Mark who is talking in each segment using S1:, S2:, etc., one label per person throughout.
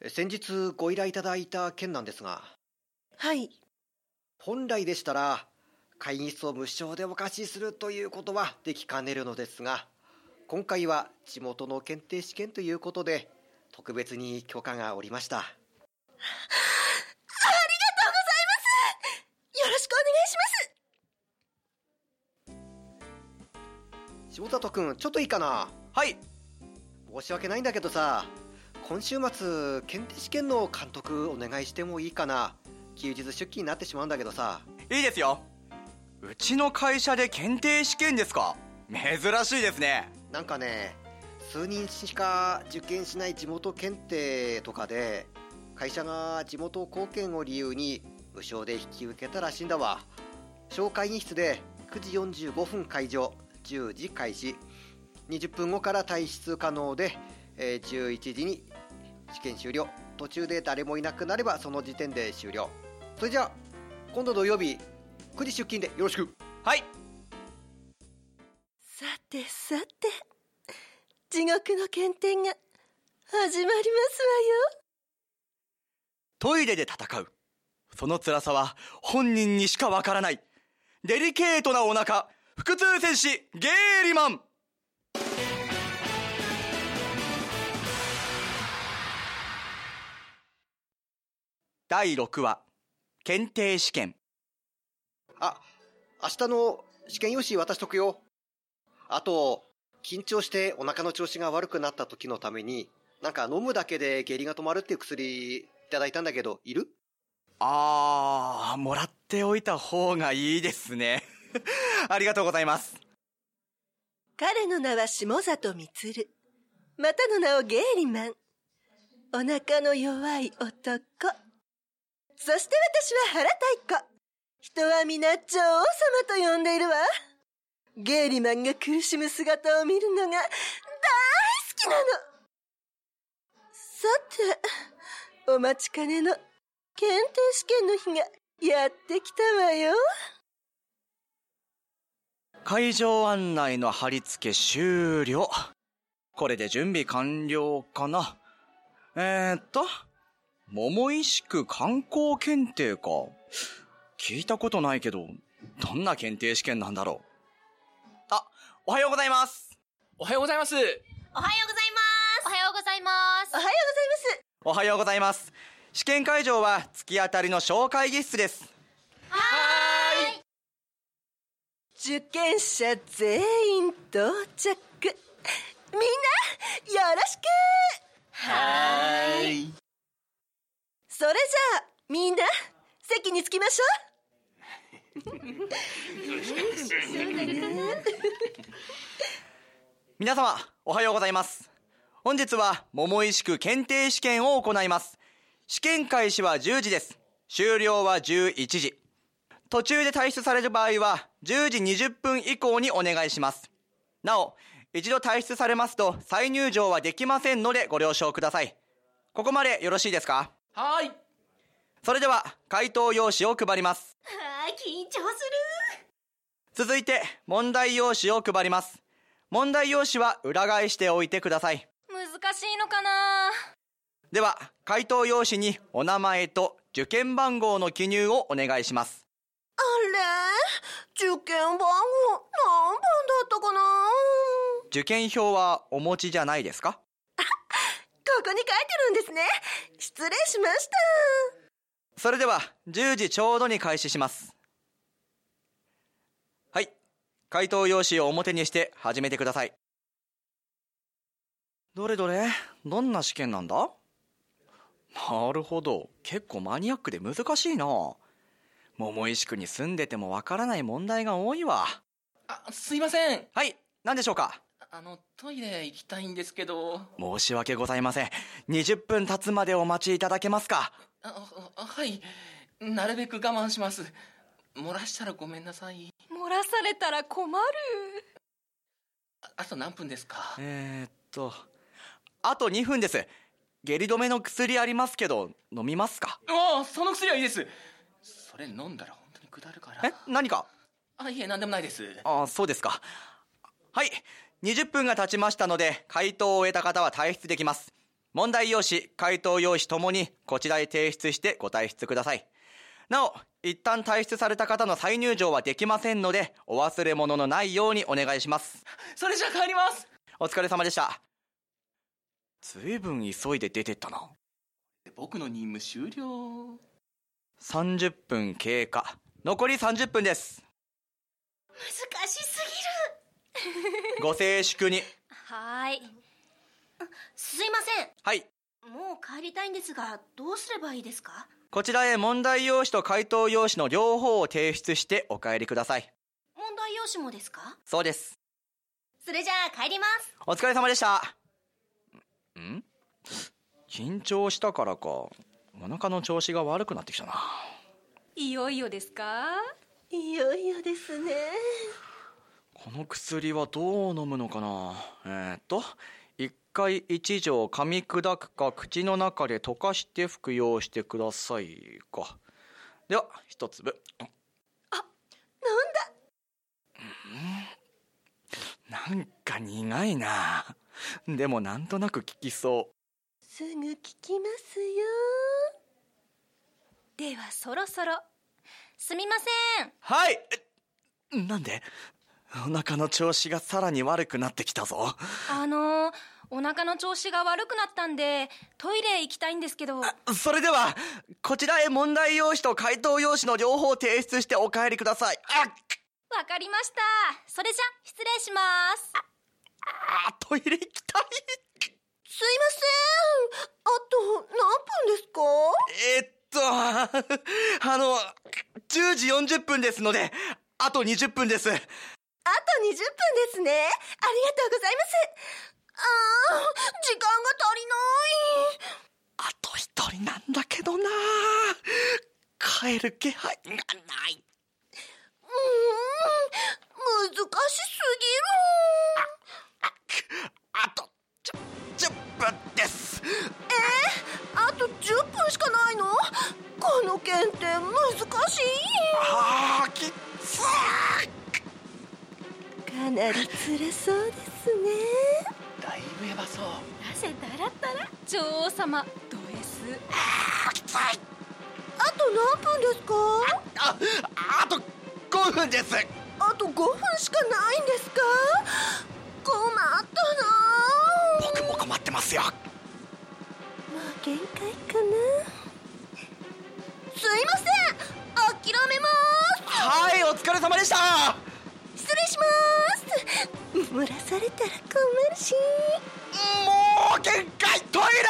S1: え先日ご依頼いただいた件なんですが
S2: はい。
S1: 本来でしたら会議室を無償でお貸しするということはできかねるのですが今回は地元の検定試験ということで特別に許可がおりました
S2: よろしくお願いします
S1: 下里君ちょっといいかな
S3: はい
S1: 申し訳ないんだけどさ今週末検定試験の監督お願いしてもいいかな休日出勤になってしまうんだけどさ
S3: いいですようちの会社で検定試験ですか珍しいですね
S1: なんかね数人しか受験しない地元検定とかで会社が地元貢献を理由に無償で引き受けたらしいんだわ小会議室で9時45分会場10時開始20分後から退出可能で、えー11時に試験終了途中で誰もいなくなればその時点で終了それじゃあ今度土曜日9時出勤でよろしく
S3: はい
S2: さてさて、地獄の検定が始まります
S3: トイレで戦うその辛さは本人にしかわからないデリケートなお腹腹痛戦士ゲーリマン第6話検定試験
S1: あ、明日の試験用紙渡しとくよ。あと、緊張してお腹の調子が悪くなった時のために、なんか飲むだけで下痢が止まるっていう薬いただいたんだけど、いる
S3: あー、もらっておいた方がいいですね。 ありがとうございます。
S2: わよ。彼の名は下里光。またの名をゲーリマン。お腹の弱い男。そして私は原太鼓。人は皆女王様と呼んでいるわ。ゲーリマンが苦しむ姿を見るのが大好きなの。さて、お待ちかねの検定試験の日がやってきたわよ。
S3: 会場案内の貼り付け終了。これで準備完了かな。えー、っと、桃石区観光検定か。聞いたことないけど、どんな検定試験なんだろう。あ、おはようございます。
S4: おはようございます。
S5: おはようございます。おはようございま
S2: おは
S5: す。
S2: よう
S3: おはようございます。試験会場は突き当たりの小会議室です。
S2: ございます。受験者全員到着。みんな、よろしく
S3: はい。
S2: それじゃあ、みんな、席に着きましょう。
S3: 皆様、おはようございます。本日は、桃石区検定試験を行います。試験開始は10時です。終了は11時。途中で退出される場合は、10時20分以降にお願いします。なお、一度退出されますと、再入場はできませんのでご了承ください。ここまでよろしいですか
S4: はーい。
S3: それでは、回答用紙を配ります。
S5: あー緊張する。
S3: 続いて、問題用紙を配ります。問題用紙は裏返しておいてください。
S5: 難しいのかな
S3: では回答用紙にお名前と受験番号の記入をお願いします
S2: あれ受験番号何番だったかな
S3: 受験票はお持ちじゃないですか
S2: ここに書いてるんですね。失礼しました。
S3: それでは10時ちょうどに開始しますはい回答用紙を表にして始めてくださいどれどれどんな試験なんだなるほど結構マニアックで難しいな桃石区に住んでてもわからない問題が多いわ
S4: あ、すいません。
S3: はい何でしょうか
S4: あの、トイレ行きたいんですけど。
S3: 申し訳ございません。20分経つまでお待ちいただけますか
S4: あ、あはい。なるべく我慢します。漏らしたらごめんなさい。
S5: 漏らされたら困る。
S4: ああと何分ですか
S3: えー、っと、あと2分です。下痢止めの薬ありますけど、飲みますか
S4: ああ、その薬はいいです。それ飲んだら本当に下るから
S3: え。何か
S4: あ、いえ、なんでもないです。
S3: あそうですか。はい。20分が経ちましたので、回答を終えた方は退出できます。問題用紙、回答用紙ともにこちらへ提出してご退出ください。なお、一旦退出された方の再入場はできませんので、お忘れ物のないようにお願いします。
S4: それじゃ帰ります
S3: お疲れ様でした。ずいぶん急いで出てったな。
S4: で僕の任務終了
S3: 30分経過。残り30分です。
S5: 難しす
S3: ご静粛に。
S5: ぎる。はーい。すいませ
S3: はい。
S5: ん。もう帰りたいんですが、どうすればいいですか
S3: こちらへ問題用紙と回答用紙の両方を提出してお帰りください。
S5: 問題用紙もですか
S3: そうです。
S5: それじゃあ帰ります。
S3: お疲れ様でした。ん緊張したからか、お腹の調子が悪くなってきたな。
S5: いよいよですか
S2: いよいよですね
S3: この薬はどう飲むのかなえーっと、一回一錠噛み砕くか口の中で溶かして服用してくださいか。では、一粒。あ、なんだなんか苦いな。でもなんとなく効きそう。
S2: すぐ聞きますよ
S5: ではそろそろ。すみません。
S3: はいえなんでお腹の調子がさらに悪くなってきたぞ。
S5: あのー、お腹の調子が悪くなったんで、トイレ行きたいんですけど。
S3: それでは、こちらへ問題用紙と回答用紙の両方を提出してお帰りください。あ
S5: わかりました。それじゃ、失礼します。
S3: あ、トイレ行きたい。
S2: すいませんあと何分ですか
S3: えっと、 あの、10時40分ですので、あと20分です。
S2: あと20分ですねありがとうございますあー時間が足りない
S3: あと一人なんだけどな帰る気配がな
S2: う
S3: い。
S2: ーん難しすぎる
S3: あと、ちょ、10分です。
S2: あと10分しかないのこの検定難しい
S3: ああ、きっつー
S2: かなり辛そうですね
S4: だいぶやばそう
S5: 汗だらったら女王様ド S
S3: きつい
S2: あと何分ですか
S3: あ、あと5分です。
S2: あと5分しかないんですか困ったな
S3: 僕も困ってますよ。
S2: もう限界かなすいません諦めます
S3: はい、お疲れ様でした。
S2: 失礼します漏らされたら困るし
S3: もう限界トイレ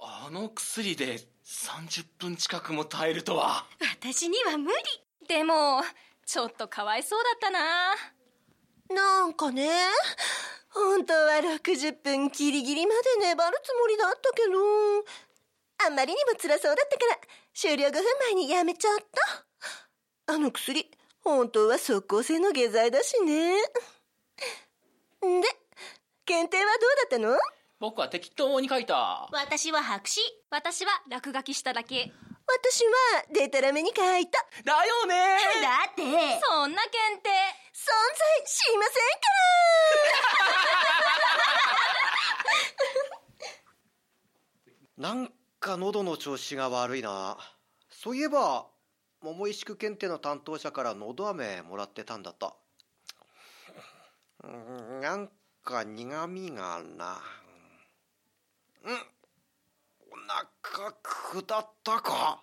S4: あの薬で30分近くも耐えるとは
S5: 私には無理でもちょっとかわいそうだったな
S2: なんかね本当は60分ギリギリまで粘るつもりだったけどあんまりにも辛そうだったから終了5分前にやめちゃったあの薬本当は即効性の下剤だしねんで検定はどうだったの
S4: 僕は適当に書いた
S5: 私は白紙私は落書きしただけ
S2: 私はデータラメに書いた
S4: だよね
S2: だって存在
S5: そんな検定
S2: しませんから
S1: なんか喉の調子が悪いなそういえば桃石区検定の担当者から喉飴もらってたんだったうーんなんか苦みがあるなうんお腹下ったか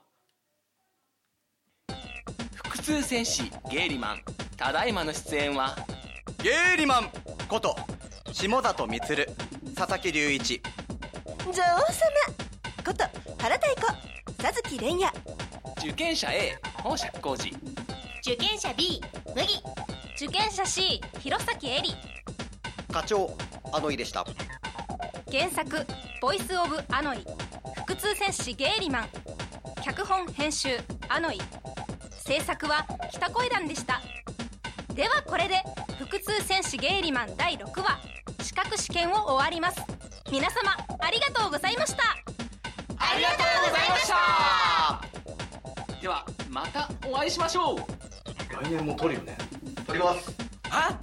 S4: 腹痛戦士ゲーリマンただいまの出演は
S3: ゲーリマンこと、下里光、佐々木隆一。
S2: 女王様こと原太鼓佐月蓮也
S4: 受験者 A 本釈浩二
S5: 受験者 B 麦受験者 C 弘前恵里
S1: 課長あのいでした
S5: 原作「ボイス・オブ・アノイ」腹痛戦士ゲーリマン脚本編集アノイ制作は北恋団でしたではこれで腹痛戦士ゲーリマン第6話資格試験を終わります皆様ありがとうございました
S4: ありがとうございましたではまたお会いしましょう
S6: 来年も取るよね
S1: 撮ります
S4: は